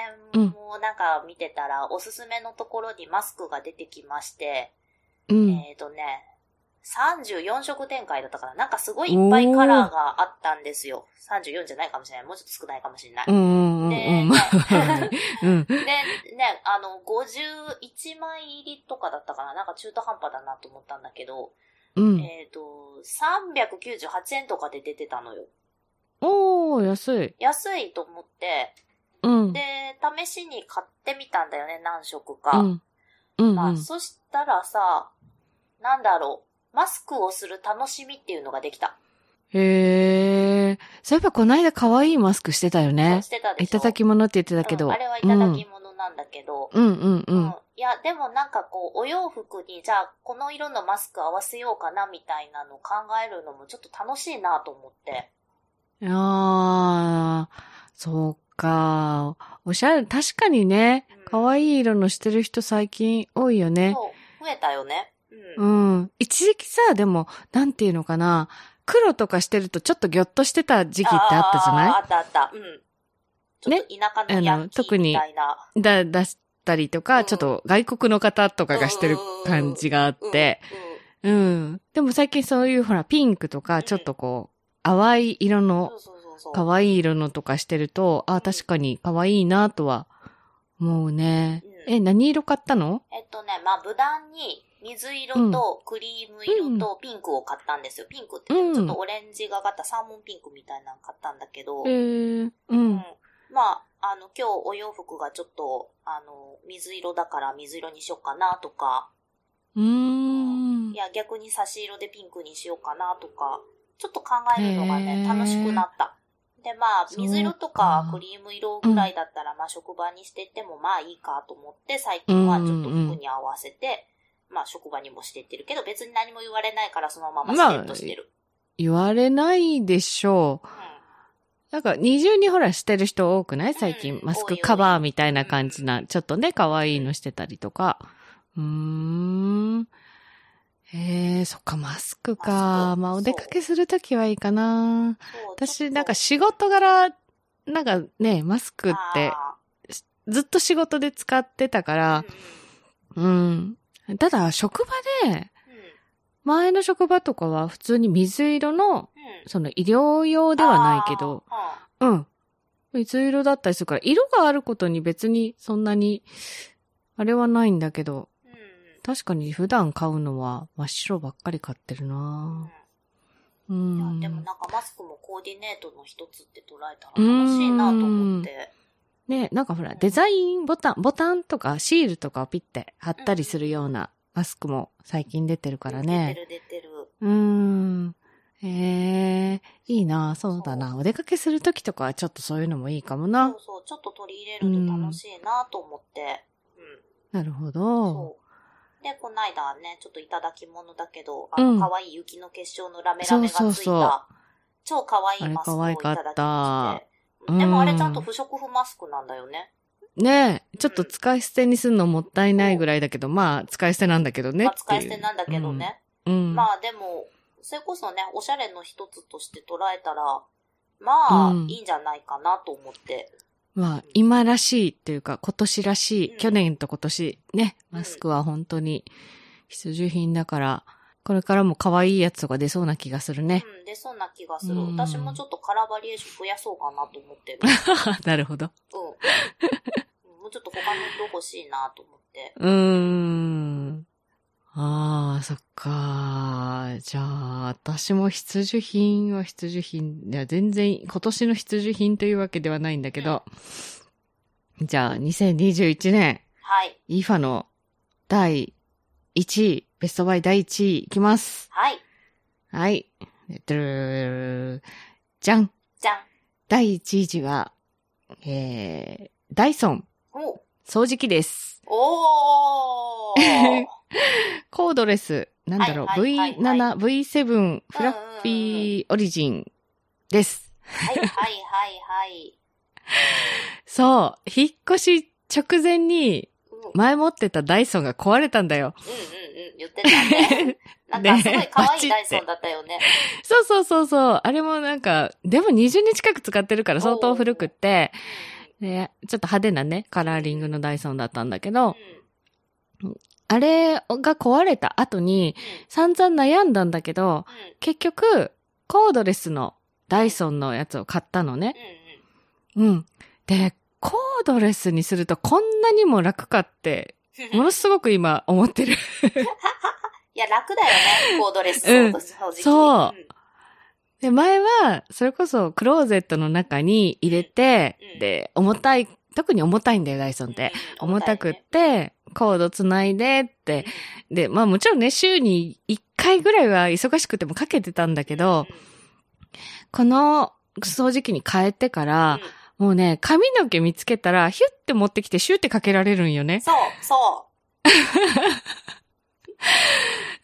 Speaker 1: もなんか見てたら、おすすめのところにマスクが出てきまして、
Speaker 2: うん。
Speaker 1: えっ、ー、とね、34色展開だったかななんかすごいいっぱいカラーがあったんですよ。34じゃないかもしれない。もうちょっと少ないかもしれない。
Speaker 2: うん。うん。
Speaker 1: で、
Speaker 2: う
Speaker 1: ね
Speaker 2: ん。まあ うん。
Speaker 1: で、ね、あの、51枚入りとかだったかななんか中途半端だなと思ったんだけど、
Speaker 2: うん。
Speaker 1: えっ、ー、と、398円とかで出てたのよ。
Speaker 2: おー、安い。
Speaker 1: 安いと思って、
Speaker 2: うん。
Speaker 1: で、試しに買ってみたんだよね、何色
Speaker 2: う
Speaker 1: か。
Speaker 2: ん。うん。
Speaker 1: ま
Speaker 2: う
Speaker 1: あ、
Speaker 2: ん
Speaker 1: そしたらさ、なんだろう、マスクをする楽しみっていうのができた。
Speaker 2: へえ。そういえばこの間可愛いマスクしてたよ
Speaker 1: そう
Speaker 2: ね。
Speaker 1: してたで
Speaker 2: い
Speaker 1: しょ
Speaker 2: ただき物って言ってたけど。
Speaker 1: うんあれはいただき物なんだけど、
Speaker 2: うんうんう
Speaker 1: うん
Speaker 2: ん。
Speaker 1: いや、でもなんかこう、お洋服に、じゃあ、この色のマスク合わせようかなみたいなのを考えるのもちょっと楽しいなと思って。
Speaker 2: うん。ああ、そうか。おしゃれ、確かにね
Speaker 1: うん、
Speaker 2: 可愛い色のしてる人最近多いよね。
Speaker 1: そう、増えたよね。う。
Speaker 2: うんん。一時期さ、でも、なんていうのかな。黒とかしてるとちょっとギョッとしてた時期ってあったじゃ
Speaker 1: あーあ
Speaker 2: な
Speaker 1: ったあった。うん。ちょっと田舎のヤンキーみたいな。
Speaker 2: いだ、出したりと
Speaker 1: う
Speaker 2: か、
Speaker 1: ん
Speaker 2: ちょっと外国の方とかがしてる感じがあって。うん。でも最近そういうほら、ピンク
Speaker 1: う
Speaker 2: と
Speaker 1: ん
Speaker 2: か、ちょっとこう、淡い色
Speaker 1: うん、そ
Speaker 2: の
Speaker 1: う、そうそうそう。
Speaker 2: 可愛い色のとかしてると、あ
Speaker 1: うん
Speaker 2: あ、確かに可愛いなとは思うね。
Speaker 1: うん
Speaker 2: え、何色買ったの
Speaker 1: えっとね、まあ、無難に水色とクリーム色とピンクを買ったんですよ。ピンクってね
Speaker 2: うん
Speaker 1: ちょっとオレンジがかったサーモンピンクみたいなの買ったんだけど、
Speaker 2: えー、う。
Speaker 1: うんんまあ、あの、今日お洋服がちょっと、あの、水色だから水色にしようかなとか、
Speaker 2: うーん
Speaker 1: い。や、逆に差し色でピンクにしようかなとか、ちょっと考えるのがね、
Speaker 2: へー
Speaker 1: 楽しくなった。で、まあ、水色とかクリーム色ぐらいだったら、まあ、職場にしてってもまあいいかと思って、最近はちょっと服に合わせて、まあ、職場にもしてってるけど、別に何も言われないから、そのままステッとしてる。
Speaker 2: 言われないでしょう。
Speaker 1: うん
Speaker 2: なんか二重にほらしてる人多くない最近、
Speaker 1: うん
Speaker 2: マス
Speaker 1: 多
Speaker 2: ク
Speaker 1: いよね
Speaker 2: カバーみたいな感じな、ちょっとね、可愛いのしてたりとか。うーん。へえ、そっか、マスク
Speaker 1: マ。ス
Speaker 2: か
Speaker 1: ク
Speaker 2: まあ、
Speaker 1: そう
Speaker 2: お出かけするときはいいかな。
Speaker 1: そうちょっ
Speaker 2: 私、
Speaker 1: と
Speaker 2: なんか仕事柄、なんかね、マスクって、
Speaker 1: あ
Speaker 2: ずっと仕事で使ってたか
Speaker 1: ー
Speaker 2: ら、うん。ただ、職場で、
Speaker 1: うんうん
Speaker 2: 前の職場とかは普通に水色
Speaker 1: う
Speaker 2: の、
Speaker 1: ん
Speaker 2: その医療用ではないけど、
Speaker 1: あ
Speaker 2: うん。水色だったりするから、色があることに別にそんなに、あれはないんだけど、
Speaker 1: ーうんう
Speaker 2: 確かに普段買うのは真っ白ばっかり買ってる
Speaker 1: ん
Speaker 2: な
Speaker 1: い
Speaker 2: う
Speaker 1: や
Speaker 2: ん。
Speaker 1: でもなんかマスクもコーディネートの一つって捉えたら楽しいなと思って。
Speaker 2: ねなんかほら、
Speaker 1: ん
Speaker 2: デザインボタン、ボタンとかシールとかをピッて貼ったりするようなマスクも最近出てるからね。
Speaker 1: 出てる出てる。
Speaker 2: うん。ええいいなそうだな。
Speaker 1: そ
Speaker 2: お出かけするときとかはちょっとそういうのもいいかも
Speaker 1: そ
Speaker 2: な
Speaker 1: う。そう、ちょっと取り入れると楽しいなと思って。うん。
Speaker 2: なるほど。
Speaker 1: そう。で、こないだね、ちょっといただき物だけど、あ
Speaker 2: うん
Speaker 1: の、可愛い雪の結晶のラメラメがついた、
Speaker 2: そうそうそう
Speaker 1: 超可愛いマスクをいただきまして。
Speaker 2: あれ可愛かった
Speaker 1: うんで
Speaker 2: うん
Speaker 1: もあれちゃんと不織布マスクなんだよね。
Speaker 2: ねえ、ちょっと使い捨てにするのもったいないぐらいだけど、まあ、使い捨てなんだけどね
Speaker 1: ま
Speaker 2: っ
Speaker 1: あ、
Speaker 2: て
Speaker 1: 使
Speaker 2: いう。
Speaker 1: い捨てなんだけどね。
Speaker 2: うん。うん。
Speaker 1: まあでも、それこそね、おしゃれの一つとして捉えたら、まあ、
Speaker 2: うん
Speaker 1: いいんじゃないかなと思って。
Speaker 2: まあ、今らしいっていうか、今年らしい、
Speaker 1: うん
Speaker 2: 去年と今年ね、
Speaker 1: うん
Speaker 2: マスクは本当に必需品だから、これからも可愛いやつが出そうな気がす るね。
Speaker 1: うん、出そうな気がする。
Speaker 2: うん
Speaker 1: 私もちょっとカラーバリエーション増やそうかなと思ってる。
Speaker 2: なるほど。
Speaker 1: うん。もうちょっと他の人欲しいなと思って。
Speaker 2: うーん。ああ、そっか。じゃあ、私も必需品は必需品。いや、全然、今年の必需品というわけではないんだけど。じゃあ、2021年、
Speaker 1: はい。
Speaker 2: イーファの第1位、ベストバイ第1位いきます。
Speaker 1: はい。
Speaker 2: はい。えっとるーじゃん。
Speaker 1: じゃん。
Speaker 2: 第1位は、えー、ダイソン、
Speaker 1: お
Speaker 2: 掃除機です。
Speaker 1: おー
Speaker 2: コードレス、なんだろう、
Speaker 1: はいはいはい
Speaker 2: V7、V7、フラッピーオリジンです。
Speaker 1: はいはいはいはい。
Speaker 2: そう、引っ越し直前に
Speaker 1: うん、うんうん
Speaker 2: 前持ってたダイソンが壊れたんだよ。
Speaker 1: うん。言ってたね。なんかすごい可愛いダイソンだったよね。
Speaker 2: そうそうそうそう、あれもなんか、でも20年近く使ってるから相当古くって、ね、ちょっと派手なね、カラーリングのダイソンだったんだけ
Speaker 1: うん
Speaker 2: ど、あれが壊れた後に散々悩んだんだけど、結局、コードレスのダイソンのやつを買ったのね。うん。で、コードレスにするとこんなにも楽かって、
Speaker 1: うんうんうん。うんうん
Speaker 2: ものすごく今思ってる。
Speaker 1: いや、楽だよね。コードレスそうと正直。。
Speaker 2: そうんで、前は、それこそクローゼットの中に入れて
Speaker 1: うんう、ん
Speaker 2: で、重たい、特に重たいんだよ、ダイソンって。
Speaker 1: うん
Speaker 2: 重たくっ。て、コードつないでって。で、まあもちろんね、週に1回ぐらいは忙しくてもかけてたんだけど、この掃除機に変えてか
Speaker 1: うん、
Speaker 2: ら、もうね、髪の毛見つけたら、ヒュッて持ってきて、シュッてかけられるんよね。
Speaker 1: そう、そ。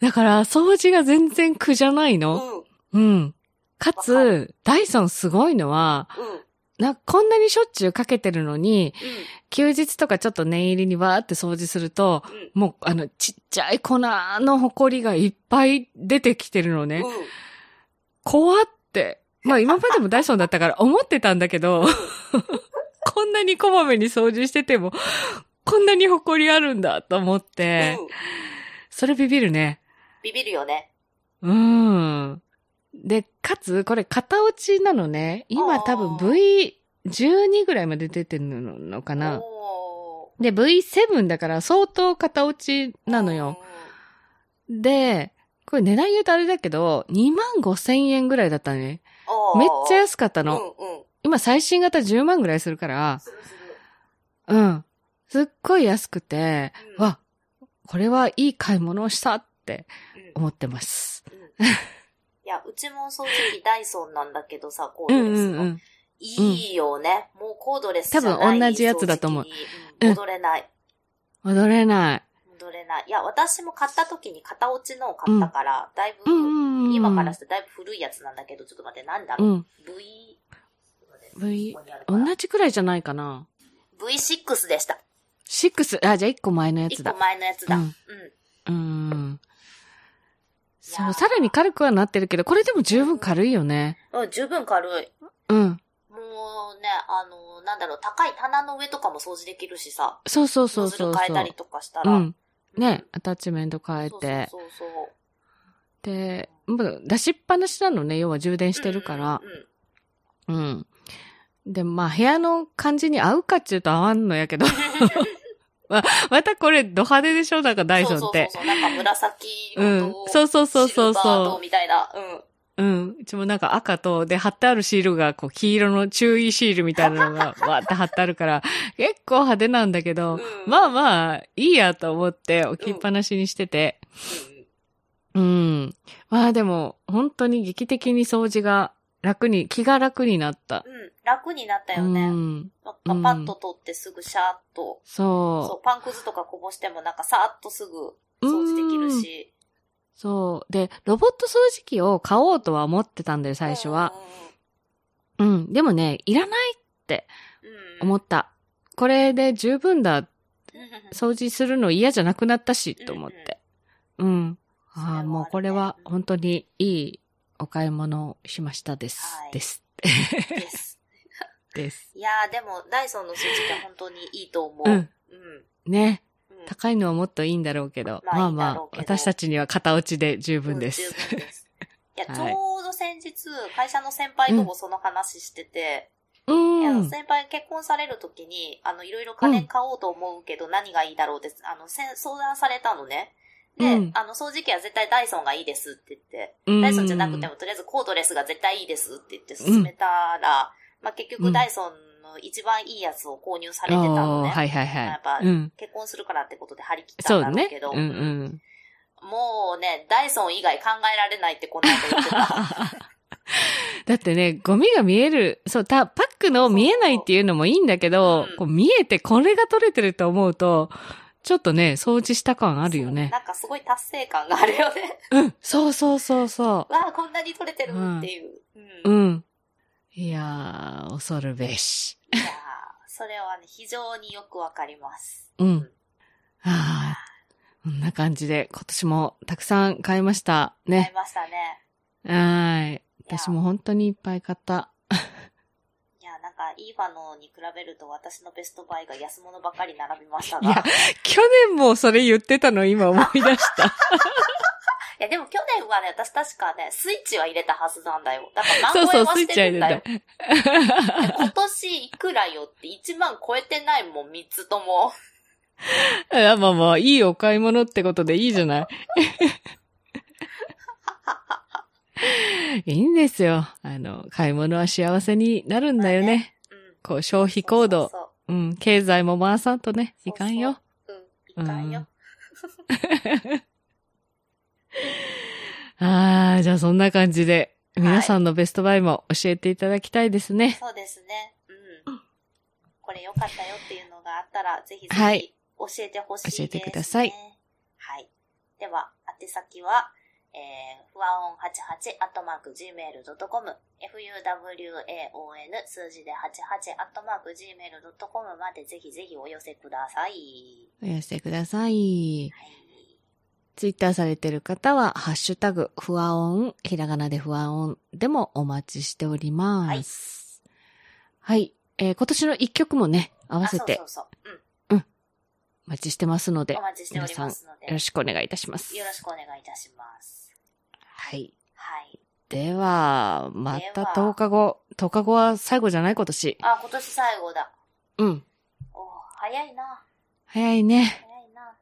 Speaker 2: だから、掃除が全然苦じゃないう
Speaker 1: う
Speaker 2: の。
Speaker 1: ん、うん。
Speaker 2: うん。か
Speaker 1: わか
Speaker 2: つ、ダイソンすごいのは、
Speaker 1: うん
Speaker 2: な、こんなにしょっちゅうかけてるのに、休日とかちょっと念入りにわーって掃除すると、
Speaker 1: うん
Speaker 2: もう、あの、ちっちゃい粉のほこりがいっぱい出てきてるの
Speaker 1: う
Speaker 2: ね。
Speaker 1: ん。
Speaker 2: 怖って。まあ、今までもダイソンだったから 思ってたんだけ ど、こんなにこまめに掃除してても、こんなにほこりあるんだと思って、
Speaker 1: うん
Speaker 2: それビビるね。
Speaker 1: ビビるよね。
Speaker 2: うん。で、かつ、これ、型落ちなのね。今
Speaker 1: あー
Speaker 2: 多分 V12 ぐらいまで出てるのかな。
Speaker 1: お
Speaker 2: で、V7 だから相当型落ち
Speaker 1: ー
Speaker 2: なのよ。。で、これ値段言うとあれだけど、2万5千円ぐらいだったのね。
Speaker 1: おー
Speaker 2: めっちゃ安かった
Speaker 1: うん
Speaker 2: の。
Speaker 1: うん。
Speaker 2: 今最新型10万ぐらいするから、
Speaker 1: するする
Speaker 2: うん。すっごい安くて、
Speaker 1: うん
Speaker 2: わ、これはいい買い物をしたって
Speaker 1: うん
Speaker 2: 思ってます。
Speaker 1: うんいや、うちも掃除機ダイソンなんだけどさ、コー
Speaker 2: う
Speaker 1: ド
Speaker 2: ん
Speaker 1: レ
Speaker 2: う
Speaker 1: ス
Speaker 2: ん
Speaker 1: の。
Speaker 2: うん。
Speaker 1: いいよね。もうコードレスじゃない
Speaker 2: 多分同じやつだと思う
Speaker 1: 掃除機
Speaker 2: う
Speaker 1: に
Speaker 2: ん
Speaker 1: 戻れない。
Speaker 2: 戻れない。
Speaker 1: 戻れない。いや、私も買った時に型落ちのを買ったから、だいぶ、
Speaker 2: うんうんうん。
Speaker 1: 今からしてだいぶ古いやつなんだけど、ちょっと待って、なんだ
Speaker 2: う
Speaker 1: ろう。
Speaker 2: ん。
Speaker 1: V、ちょっと待って
Speaker 2: V
Speaker 1: ここにあるか
Speaker 2: 同
Speaker 1: ら
Speaker 2: じくらいじゃないかな
Speaker 1: V6 でした。
Speaker 2: 6あじゃあ1個前のやつ
Speaker 1: 一
Speaker 2: だ
Speaker 1: 個前のやつだ。
Speaker 2: う
Speaker 1: うんん。
Speaker 2: うん
Speaker 1: い
Speaker 2: そ
Speaker 1: やー
Speaker 2: うさらに軽くはなってるけどこれでも十分軽いよね
Speaker 1: うん、十分軽い。
Speaker 2: うん
Speaker 1: もうね、あの、なんだろう、高い棚の上とかも掃除できるしさ。
Speaker 2: そうそうそうそ
Speaker 1: ノ
Speaker 2: う
Speaker 1: ズル変え
Speaker 2: そ
Speaker 1: た
Speaker 2: う
Speaker 1: りとかした
Speaker 2: う
Speaker 1: ら。
Speaker 2: んねアタッチメント変え
Speaker 1: そう
Speaker 2: て
Speaker 1: そうそうそう。
Speaker 2: でもう出しっぱなしなのね要は充電してるから
Speaker 1: うんうんうん
Speaker 2: うん、でまあ部屋の感じに合うかっちゅうと合わんのやけど ままたこれド派手でしょなんか ダイソンって
Speaker 1: そうそうそうそう。なんか紫
Speaker 2: う
Speaker 1: 色
Speaker 2: ん
Speaker 1: と、
Speaker 2: そうそうそうそ
Speaker 1: シル
Speaker 2: う
Speaker 1: バーと
Speaker 2: そ
Speaker 1: みたいな。うん。
Speaker 2: ううんうちもなんか赤とで貼ってあるシールがこう黄色の注意シールみたいなのがわーって貼ってあるから 結構派手なんだけ
Speaker 1: う
Speaker 2: ど、
Speaker 1: ん
Speaker 2: まあまあいいやと思って置きっぱなしにしてて、うん。まあでも、本当に劇的に掃除が楽に、気が楽になった。
Speaker 1: うん。うん。楽になったよ
Speaker 2: う
Speaker 1: ね。
Speaker 2: ん。
Speaker 1: なんかパッと取ってすぐシャーっと。
Speaker 2: そう。
Speaker 1: そ、
Speaker 2: そう
Speaker 1: パンくずとかこぼしてもなんかさーっとすぐ掃除できるし。
Speaker 2: うで、ロボット掃除機を買おうとは思ってたんだよ、最初は。うん、でもね、いらない
Speaker 1: うんうんうん。
Speaker 2: 思
Speaker 1: っ
Speaker 2: った。これで十分だ。
Speaker 1: て
Speaker 2: 掃除するの嫌じゃなくなったし、と思って。うん。
Speaker 1: それは
Speaker 2: あ
Speaker 1: あ
Speaker 2: あ、
Speaker 1: るね
Speaker 2: もうこれは本当にいいお買い物をしましたです。
Speaker 1: はい
Speaker 2: です。
Speaker 1: です。
Speaker 2: です。
Speaker 1: いやーでも、ダイソンの掃除機は本当にいいと思
Speaker 2: う
Speaker 1: う。
Speaker 2: んね。
Speaker 1: うん
Speaker 2: 高いのはもっといいんだろうけど、
Speaker 1: まあいい
Speaker 2: まあ
Speaker 1: ん
Speaker 2: ま
Speaker 1: だ
Speaker 2: あ
Speaker 1: ろう、けど
Speaker 2: 私たちには片落ちで十
Speaker 1: う
Speaker 2: 分
Speaker 1: ん
Speaker 2: で
Speaker 1: 十
Speaker 2: す。
Speaker 1: 分です。いや、ちょ
Speaker 2: はいう
Speaker 1: ど先日、会社の先輩ともその話してて、
Speaker 2: う
Speaker 1: いや
Speaker 2: ん。
Speaker 1: 先輩結婚される時に、あの、いろいろ家電買おうと思うけど何がいいだろうです。あの、せん相談されたのね。で、
Speaker 2: うん
Speaker 1: あの、掃除機は絶対ダイソンがいいですって言って、
Speaker 2: うん
Speaker 1: ダイソンじゃなくてもとりあえずコードレスが絶対いいですって言って勧めたら、まあ結
Speaker 2: う
Speaker 1: 局
Speaker 2: ん
Speaker 1: ダイソンの一番いいやつを購入されてたの
Speaker 2: おー
Speaker 1: ね。
Speaker 2: はいはい
Speaker 1: やっ
Speaker 2: は
Speaker 1: ぱ
Speaker 2: い。うん。
Speaker 1: 結婚するからってことで張り切った
Speaker 2: そ
Speaker 1: んだ
Speaker 2: う
Speaker 1: ろう
Speaker 2: ね
Speaker 1: けど、。
Speaker 2: うんうん。
Speaker 1: もうね、ダイソン以外考えられないってこの間言ってた。
Speaker 2: だってね、ゴミが見える、そう、た、パックの見えないっていうのもいいんだけど、
Speaker 1: うん
Speaker 2: こう見えてこれが取れてると思うと、ちょっとね、掃除した感あるよね
Speaker 1: そ。うなんかすごい達成感があるよね。
Speaker 2: うん。そうそうそうそ
Speaker 1: わあ、こんなに取れてるっていう。うん
Speaker 2: う。うん。いやー、恐るべし。
Speaker 1: いやーそれはね、非常によくわかります。
Speaker 2: うん。ああ、こんな感じで今年もたくさん買いました
Speaker 1: 思い
Speaker 2: ね。
Speaker 1: ましたね。
Speaker 2: はい。
Speaker 1: いや
Speaker 2: 私も本当にいっぱい買った。
Speaker 1: いや、なんか、イーファノに比べると私のベストバイが安物ばかり並びました
Speaker 2: い
Speaker 1: が。いや
Speaker 2: や、去年もそれ言ってたの今思い出した。
Speaker 1: でも去年はね、私確かね、スイッチは入れたはずなんだよ。だから
Speaker 2: そう
Speaker 1: 何
Speaker 2: そう
Speaker 1: 超え、は
Speaker 2: スイ
Speaker 1: し
Speaker 2: ッチは
Speaker 1: てる
Speaker 2: 入
Speaker 1: んだよ
Speaker 2: れ。た。
Speaker 1: で今年いくらよって1万超えてないもん、3つとも。
Speaker 2: いやまあまあ、いいお買い物ってことでいいじゃない。いいんですよ。あの、買い物は幸せになるんだよ
Speaker 1: まあ
Speaker 2: ね。
Speaker 1: うん。
Speaker 2: こう、消費行動。
Speaker 1: そう
Speaker 2: うん、経済も回さんとね、いかんよ。
Speaker 1: そうそう。うん、いかんよ。
Speaker 2: ああ、じゃあそんな感じで、皆さんのベストバイも教えていただきたいですね。
Speaker 1: そうですね。うん。これ良かったよっていうのがあったら、ぜひぜ
Speaker 2: は
Speaker 1: ひ
Speaker 2: い
Speaker 1: 教えてほしいです、ね
Speaker 2: 教えてください。
Speaker 1: はい。では、宛先は、えー、ふわおん88、アットマーク、gmail.com、fuwaon、数字で88、アットマーク、gmail.com までぜひぜひお寄せください。
Speaker 2: お寄せください。
Speaker 1: はい。
Speaker 2: ツイッターされてる方は、ハッシュタグ、不和音、ひらがなで不和音でもお待ちしております。はい。えー今年の一曲もね、合わせて
Speaker 1: あ、そうそうそう。
Speaker 2: お待ちしてますの
Speaker 1: うん。
Speaker 2: で
Speaker 1: お、待ちしておりますので、
Speaker 2: よろしくお願いいたします。
Speaker 1: よろしくお願いいたします。
Speaker 2: はい。
Speaker 1: はい。
Speaker 2: では、ま
Speaker 1: で
Speaker 2: た
Speaker 1: は
Speaker 2: 10日後。10日後は最後じゃない今年。
Speaker 1: あ、今年最後だ。
Speaker 2: うん。
Speaker 1: おー早いな。
Speaker 2: 早いね。
Speaker 1: 早いな。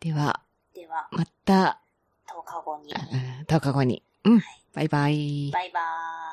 Speaker 2: では、
Speaker 1: では、
Speaker 2: また、
Speaker 1: 10日後に。
Speaker 2: うん10日後に。うん。バイバイ。
Speaker 1: バイバーイ。